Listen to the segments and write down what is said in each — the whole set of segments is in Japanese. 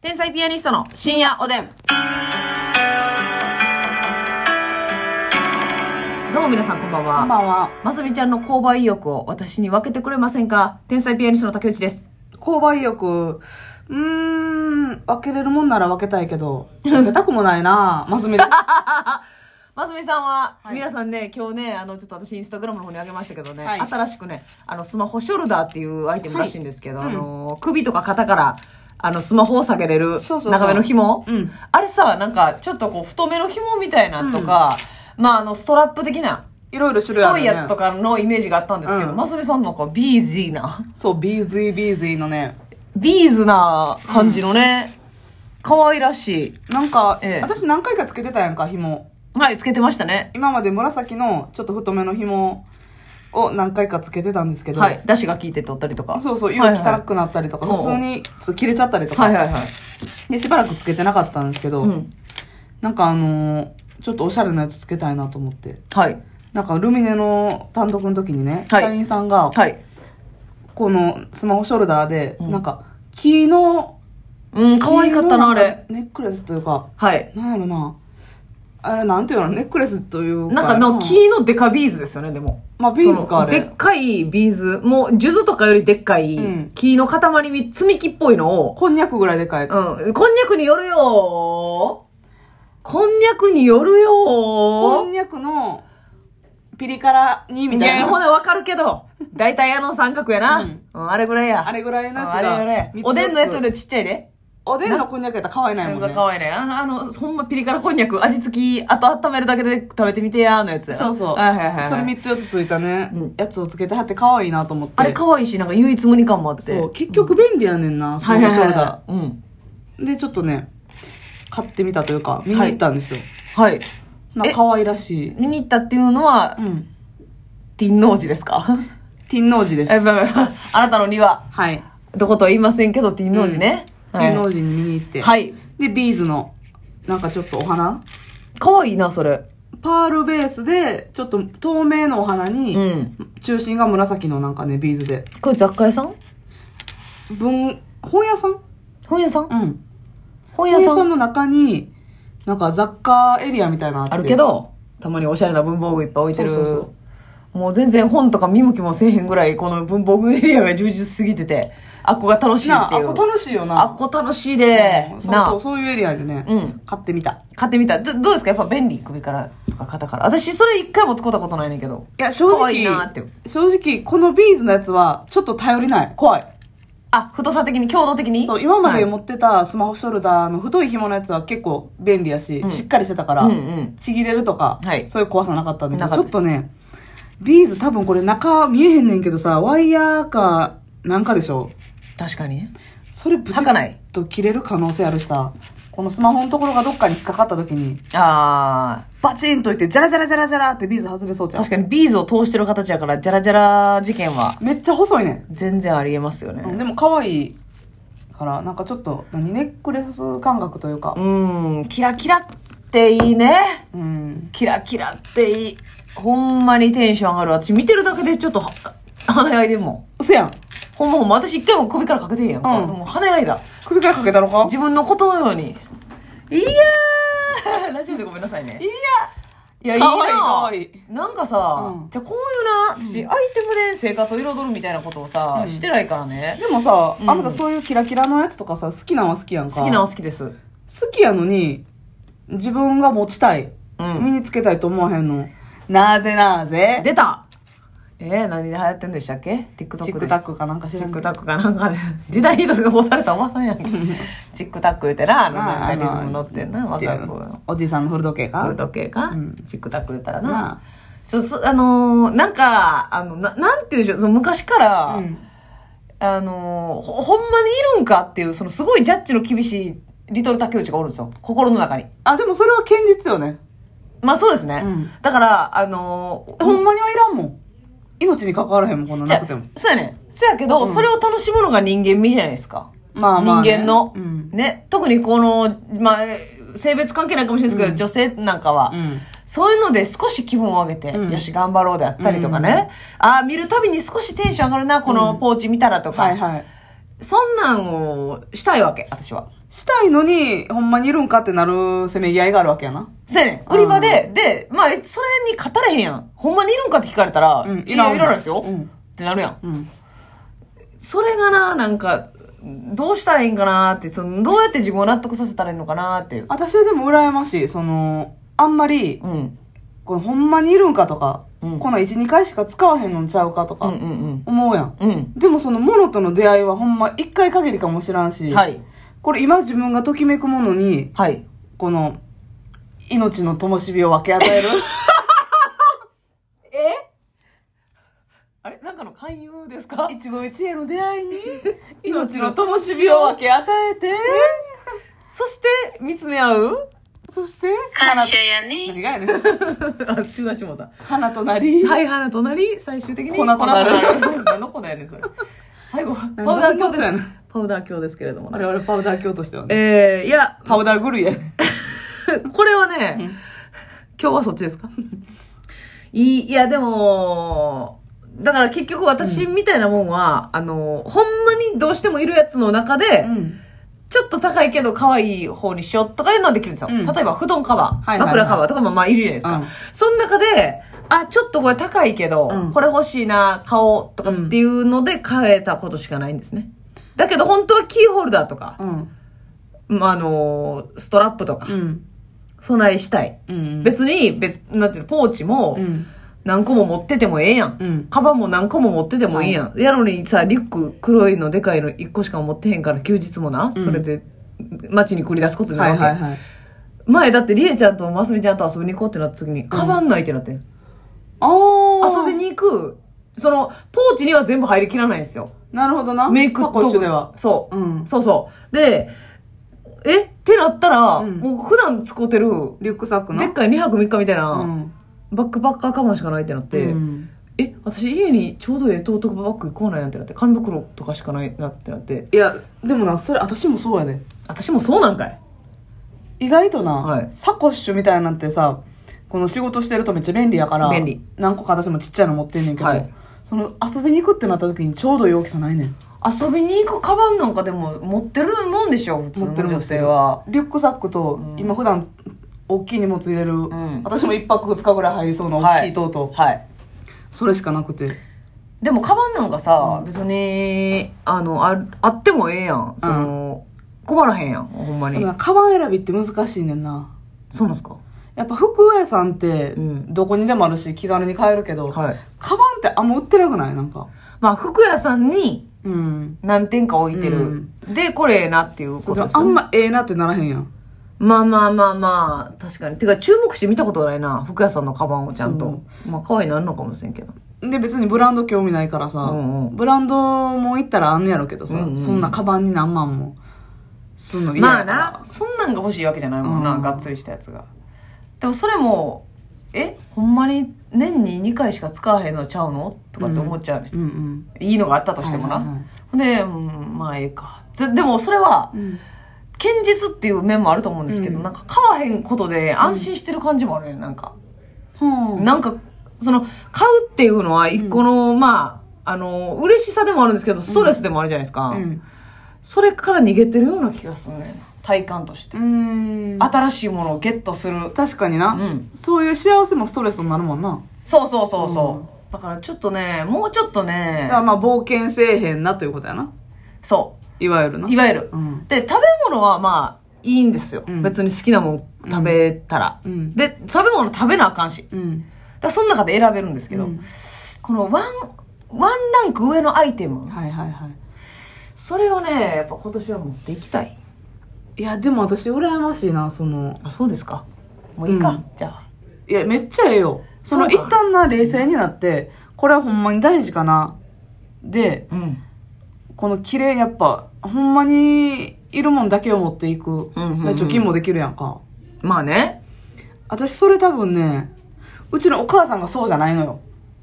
天才ピアニストの深夜おでん。どうも皆さんこんばんこんばは。んは。まさみちゃんの購買意欲を私に分けてくれませんか天才ピアニストの竹内です。購買意欲、うーん、分けれるもんなら分けたいけど、分けたくもない なマスミです。ますみさんは、はい皆さんね、今日ね、あの、ちょっと私、インスタグラムの方にあげましたけどね、はい新しくね、あの、スマホショルダーっていうアイテムらしいんですけど、はいあうんの、首とか肩から、あの、スマホを下げれる、そうそうそう長めの紐うんあれさ、なんか、ちょっとこう、太めの紐みたいなんとか、まあ、あの、ストラップ的な、いろいろ種類あ太いる、ね。やつとかのイメージがあったんですけど、うんますみさんなんか、ビーズィーな、そう、ビーズイビーズイのね、ビーズな感じのね、可愛らしなんか、ええ私何回かつけてたやんか、紐。い。はい、つけてましたね。今まで紫のちょっと太めの紐を何回かつけてたんですけど、はい、ダシが効いて取ったりとか。そうそう、色はいはい汚くなったりとか、おうおう普通にちょっと切れちゃったりとか、はいはいはい。で、しばらくつけてなかったんですけど、うん。なんかあのーちょっとおしゃれなやつつけたいなと思って。はい。なんかルミネの単独の時にね、はい社員さんが、はい。このスマホショルダーで、うんなんか、木の、うん、可愛かったな、あ木のんかれ。ネックレスというか、はい。なんやろな。あれ、なんていうの、ネックレスというなんか、の、木のデカビーズですよね、でも。まあ、ビーズか、あそのでれっ。かいビーズ。もう、数珠とかよりでっかいうん、木の塊み、積み木っぽいのを、こんにゃくぐらいでかいやつ。うん、こんにゃくによるよこんにゃくによるこよんにゃくの、ピリ辛に、みいたいや、な。ほな、わかるけど、だいたいあの三角やな。ううんん、あれぐらいや。あれぐらいのやつあれが。ぐらい三。つおでんのやつよりちっちゃいで。おでんのこんにゃくやったら可愛いないもんそう、ね。かわいいね。ああの、ほんまピリ辛こんにゃく、味付き、あと温めるだけで食べてみてや、のやつ。そうそう。はいはいはいはい。それ三つ四つついたねうん、やつをつけてはって可愛いなと思って。あれ可愛いし、なんか唯一無二感もあって。そう、結局便利やねんな、スはマいはホいシはョいルダはー。い。うん。で、ちょっとね、買ってみたというか、見に行ったんですよ。はい。なんえか可愛らしい。見に行ったっていうのはう、ん。天王寺です か天王寺です。え、ばばばあなたの庭、はい。どことは言いませんけど、天王寺ね。はい天王寺に見に行って。はい。で、ビーズの、なんかちょっとお花可愛いな、それ。パールベースで、ちょっと透明のお花うに、ん。中心が紫のなんかね、ビーズで。これ雑貨屋さん文、本屋さん本屋さんうん。本屋本屋ささんんの中に、なんか雑貨エリアみたいなのってあるけ、ど、たまにおしゃれな文房具いっぱい置いてる。そうそうそうもう全然本とか見向きもせえへんぐらい、この文房具エリアが充実しすぎてて、あっこが楽しいなってあ、いあう。こ楽しいよな。あっこ楽しいでうん、そうなあそう、そういうエリアでね、うん買ってみた。買ってみたどどうですかやっぱ便利首からとか肩から私それ一回も使ったことないねんけどいや、正可愛い直なって、正直、このビーズのやつは、ちょっと頼りない。怖い。あ太さ的に強度的にそう、今まではい持ってたスマホショルダーの太い紐のやつは結構便利やし、うんしっかりしてたから、うんうんちぎれるとか、はいそういう怖さなかったんですけなかど、ちっょたっとね、ビーズ多分これ中見えへんねんけどさ、ワイヤーかなんかでしょ確かにねそれぶち儚っいと切れる可能性あるしさ、このスマホのところがどっかに引っかかった時に、あバチンといって、ジャラジャラジャラジャラってビーズ外れそうーじゃん確。かにビーズを通してる形やからジャラジャラ事件はめっちゃ細いねん。全然ありえますようんねでも可愛いからなんかちょっと何ネックレス感覚というかうんキラキラっていいねうんキラキラっていいほんまにテンション上がる私見てるだけでちょっとは華やいでんもんうせやんほんまほんま私一回も首からかけてへんやんか、うんもう華やいだ首からかけたのか自分のことのようにいやーラジオでごめんなさいねいやいやいいなかわいいかわいいなんかさ、うんじゃあこういうな私、アイテムで生活を彩るみたいなことをさ、うんしてないからねでもさ、うんあなたそういうキラキラのやつとかさ好きなんは好きやんか好きなの好きです好きやのに自分が持ちたい、うん身につけたいと思わへんのなぜなぜ出たえー、何で流行ってるんでしたっけ ?TikTok チでックタックかなんか知チらんックけどタックかなんかで、時代に取り残されたおばさんやんけ。チックタック言ってな、あの、ななあんかリズム乗ってんな、若い子の。おじいさんの古時計こかれ時計か、うんチックタック言ったらな。なそうそう、あのーなんか、あの、ななんていうんでしょう、その昔から、あ、うん、あのーほ、ほんまにいるんかっていう、そのすごいジャッジの厳しいリトル竹内がおるんですよ。心の中に。あでもそれは堅実よねまあそうですね。うんだから、あのーほんまにはいらんもん命に関わらへんもんこんなじなゃくてもそうやね。そうやけど、うんそれを楽しむのが人間味じゃないですか。まあまあね、人間の、うん。ね。特にこの、まあ、性別関係ないかもしれないですけど、うん女性なんかは、うん。そういうので少し気分を上げて、うんよし、頑張ろうであったりとかね。ああ、見るたびに少しテンション上がるな、このポーチ見たらとか。はいはい。そんなんをしたいわけ、私は。したいのに、ほんまにいるんかってなるせめぎ合いがあるわけやな。そうやねん。売り場で、で、まあ、えそれに語れへんやん。ほんまにいるんかって聞かれたら、ういんや、いらないですよ、うっん。てなるやん。うん。それがな、なんか、どうしたらいいんかなって、その、どうやって自分を納得させたらいいのかなっていう。私はでも羨ましい。その、あんまり、うん。このほんまにいるんかとか、うんこの1、2回しか使わへんのちゃうかとうんうか、ん思うやん。うん。うん。でもそのものとの出会いはほんま1回限りかもしらんし、はい。これ今自分がときめくものに、はい。この、命の灯火を分け与 える。あれなんかの勧誘ですか一期一会の出会いに、命の灯火を分け与えて、 そして、見つめ合うそして、感謝やね。何がやねん。 あ、中断してもうた。花となり、はい、花となり、最終的に粉となるる。 何の粉やねん、それ。最後、パウ何ダのー鏡で粉やねすん。パウダー鏡ですけれども我ね。々パウダー教としてはね。えー、いや、 パウダー狂いやね。これはね、うん今日はそっちですか いいいや、でも、だから結局私みたいなもんは、あの、ほんまにどうしてもいるやつの中で、うん。ちょっと高いけど可愛い方にしようとかいうのはできるんですよ。うん例えば、布団カバー、はいはいはい枕カバーとかもまあいるじゃないですか。うんその中で、あ、ちょっとこれ高いけど、うんこれ欲しいな、買おうとかっていうので買えたことしかないんですね。だけど本当はキーホルダーとか、うん。まあ、あの、ストラップとかう、ん。備えしたい。うん。別に、別、なんていうの、ポーチもうん。何個も持っててもええやん。うん。カバンも何個も持っててもいいやん。やのにさ、リュック黒いのでかいの1個しか持ってへんから休日もな、うんそれで街に繰り出すことになはるいわけ。はいはい。前だってリエちゃんとマスミちゃんと遊びに行こうってなった時に、カバンないってなってん。あー。遊びに行く、その、ポーチには全部入りきらないんですよ。なるほどな。メイクサとコッシュでは。そうう、ん。そうそう。で、えってなったら、うんもう普段使ってる、リュックサックな。でっかい2泊3日みたいな、うん。バックパッカーカバンしかないってなって、うんえ、私家にちょうどええトートバッグこうなんやってなって、紙袋とかしかないなってなって、いや、でもな、それ私もそうやで。私もそうなんかい。意外とは、ないサコッシュみたいなんてさ、この仕事してるとめっちゃ便利やから、便利何個か私もちっちゃいの持ってんねんけどはい、その遊びに行くってなった時にちょうどいい大きさないねん。遊びに行くカバンなんかでも持ってるもんでしょ、普通持のってる女性は。リュックサックと、うん今普段大きい荷物入れる、ん私も一泊二日ぐらい入りそうなはい大きいトート、はい。それしかなくてでもカバンなんかさ、別に、あの、ああってもええやん。その、困らへんやん、ほんまでにも。なカバン選びって難しいねんなそうなんすかやっぱ服屋さんってうんどこにでもあるし気軽に買えるけど、はい。カバンってあんま売ってなくないなんかまあ、服屋さんにうん何点か置いてる。で、これええなっていうそことれはですあよんね。まええなってならへんやんまあまあまあまあ、確かに。てか、注目して見たことないな、服屋さんのカバンをちゃんと。まあ、可愛いなるのかもしれんけど。で別にブランド興味ないからさ、うんうんブランドも行ったらあんねやろけどさ、うんうんそんなカバンに何万もすんの嫌まあやからな、そんなんが欲しいわけじゃないもんな、うんがっつりしたやつが。でもそれも、えほんまに年に2回しか使わへんのちゃうのとかって思っちゃうね、うんうんいいのがあったとしてもな。はいはいはいほんで、うん、まあええか。ででもそれは、うん堅実っていう面もあると思うんですけど、うんなんか買わへんことで安心してる感じもあるね、なんか。はあなんか、その、買うっていうのは一個の、まあ、あの、嬉しさでもあるんですけど、ストレスでもあるじゃないですか。うんそれから逃げてるような気がするねんな。体感として。うんあ新しいものをゲットする。確かにな、うん。そういう幸せもストレスになるもんなそうそうそううそんう。だからちょっとね、もうちょっとだねか、らまあ冒険せえへんなということやなそいわゆるなう。いわゆる。うんで、食べ物はまあ、いいんですよ。うん別に好きなもん食べたら。うんで、食べ物食べなあかんし。だかうんらその中で選べるんですけど、うんこのワン、ワンランク上のアイテム。はいはいはいそれをね、やっぱ今年は持っていきたい。いやでも私羨ましいなそのあ、そうですか。もういいか。うんじゃあ。いやめっちゃええよそのそう一か旦な冷静になってこれはほんまに大事かなでうん。この綺麗やっぱほんまにいるもんだけを持っていく、うんうんうんで貯金もできるやんかまあね。私それ多分ねうちのお母さんがそうじゃないのよ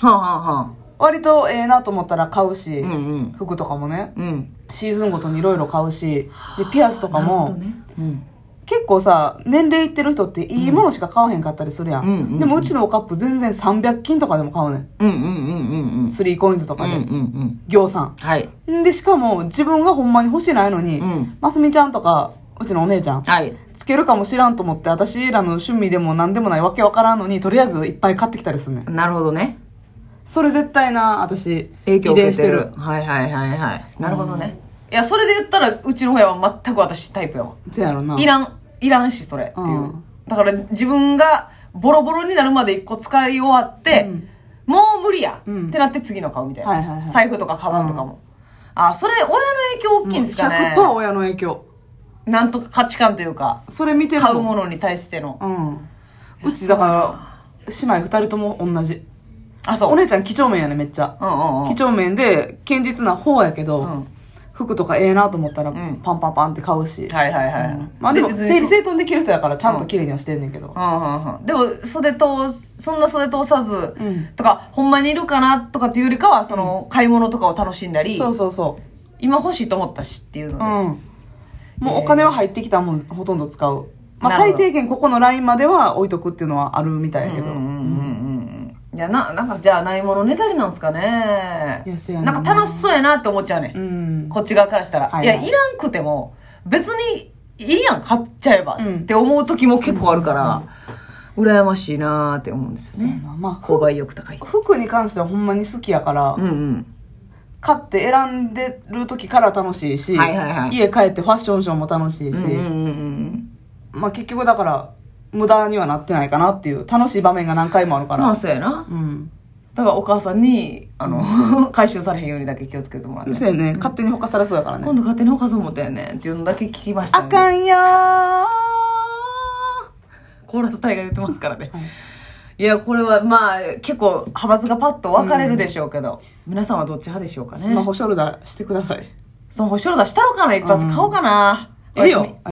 はあ、はあはあ、割とええなと思ったら買うし、うんうん。服とかもねうん。シーズンごとにいろいろ買うしでピアスとかなるほども、ね。うん。結結構さ、年齢いってる人っていいものしか買わへんかったりするやん。うんうんうんでもうちのカップ全然300均とかでも買うねん。うんうんうんうんうん。スリーコインズとうかんで。うんうん。行さはい。ん。んで、しかも自分がほんまに欲しないのに、うんますみちゃんとか、うちのお姉ちゃん、はい。つけるかもしらんと思って、私らの趣味でも何でもないわけわからんのに、とりあえずいっぱい買ってきたりすんねん。なるほどね。それ絶対な、私、影響を受けて遺伝る。してるはいはいはいはい。なるほどね。いや、それで言ったら、うちの親は全く私タイプやわ。せやろな。いらん、いらんし、それっていう。うんだから自分がボロボロになるまで一個使い終わって、うんもう無理や、うんってなって次の買うみたいな。はいはいはい財布とかカバンとかも。あ、それ親の影響大きいんですかね。 100%親の影響。なんとか価値観というか、それ見てる買うものに対しての。うん。うちだから、姉妹二人とも同じ。あ、そう。お姉ちゃん几帳面やね、めっちゃ。うんうんうん。几帳面で、堅実な方やけど、うん服とかええなと思ったら、んパンパンパンって買うし。はいはいはい。うんまあでも、別整理にそ整頓できる人やから、ちゃんと綺麗にはしてんねんけど。うんうんうん。でも、袖通す、そんな袖通さず、うんとか、ほんまにいるかなとかっていうよりかは、その、買い物とかを楽しんだり、そうそうそ今欲しいと思ったしっていうのう。で。うん。もうお金は入ってきたもん、ほとんど使う。まなあるほ最ど低限ここのラインまでは置いとくっていうのはあるみたいやけうど。んうんうんうん。いや、な、なんか、じゃあ、ないものねだりなんすかね。いやせやななんか楽しそうやなって思っちゃうね、うん。こっち側からしたら。はいいはいや、いらんくても、別に、いいやん、買っちゃえば、うんって思う時も結構あるから、羨ましいなーって思うんですよね。まあ、購買意欲高い。服に関してはほんまに好きやから、うんうん。買って選んでる時から楽しいし、はいはいはい家帰ってファッションショーも楽しいうんし、うんうんまあ結局だから無駄にはなってないかなっていう楽しい場面が何回もあるうかん。まあ、ら、そうやな。うんだからお母さんに、あの、 回収されへんようにだけ気をつけてもらって。そうやね勝手にほかされそうやからね今度勝手にお母さん持ったよねっていうのだけ聞きました、あね。かん。んよーコーラス隊が言ってますからね。はいいや、これはまあ、結構派閥がパッと分かれるでしょうけど、皆さんはどっち派でしょうかね。スマホショルダーしてくださいその、ショルダーしたろかな一発買おうかな。いるよ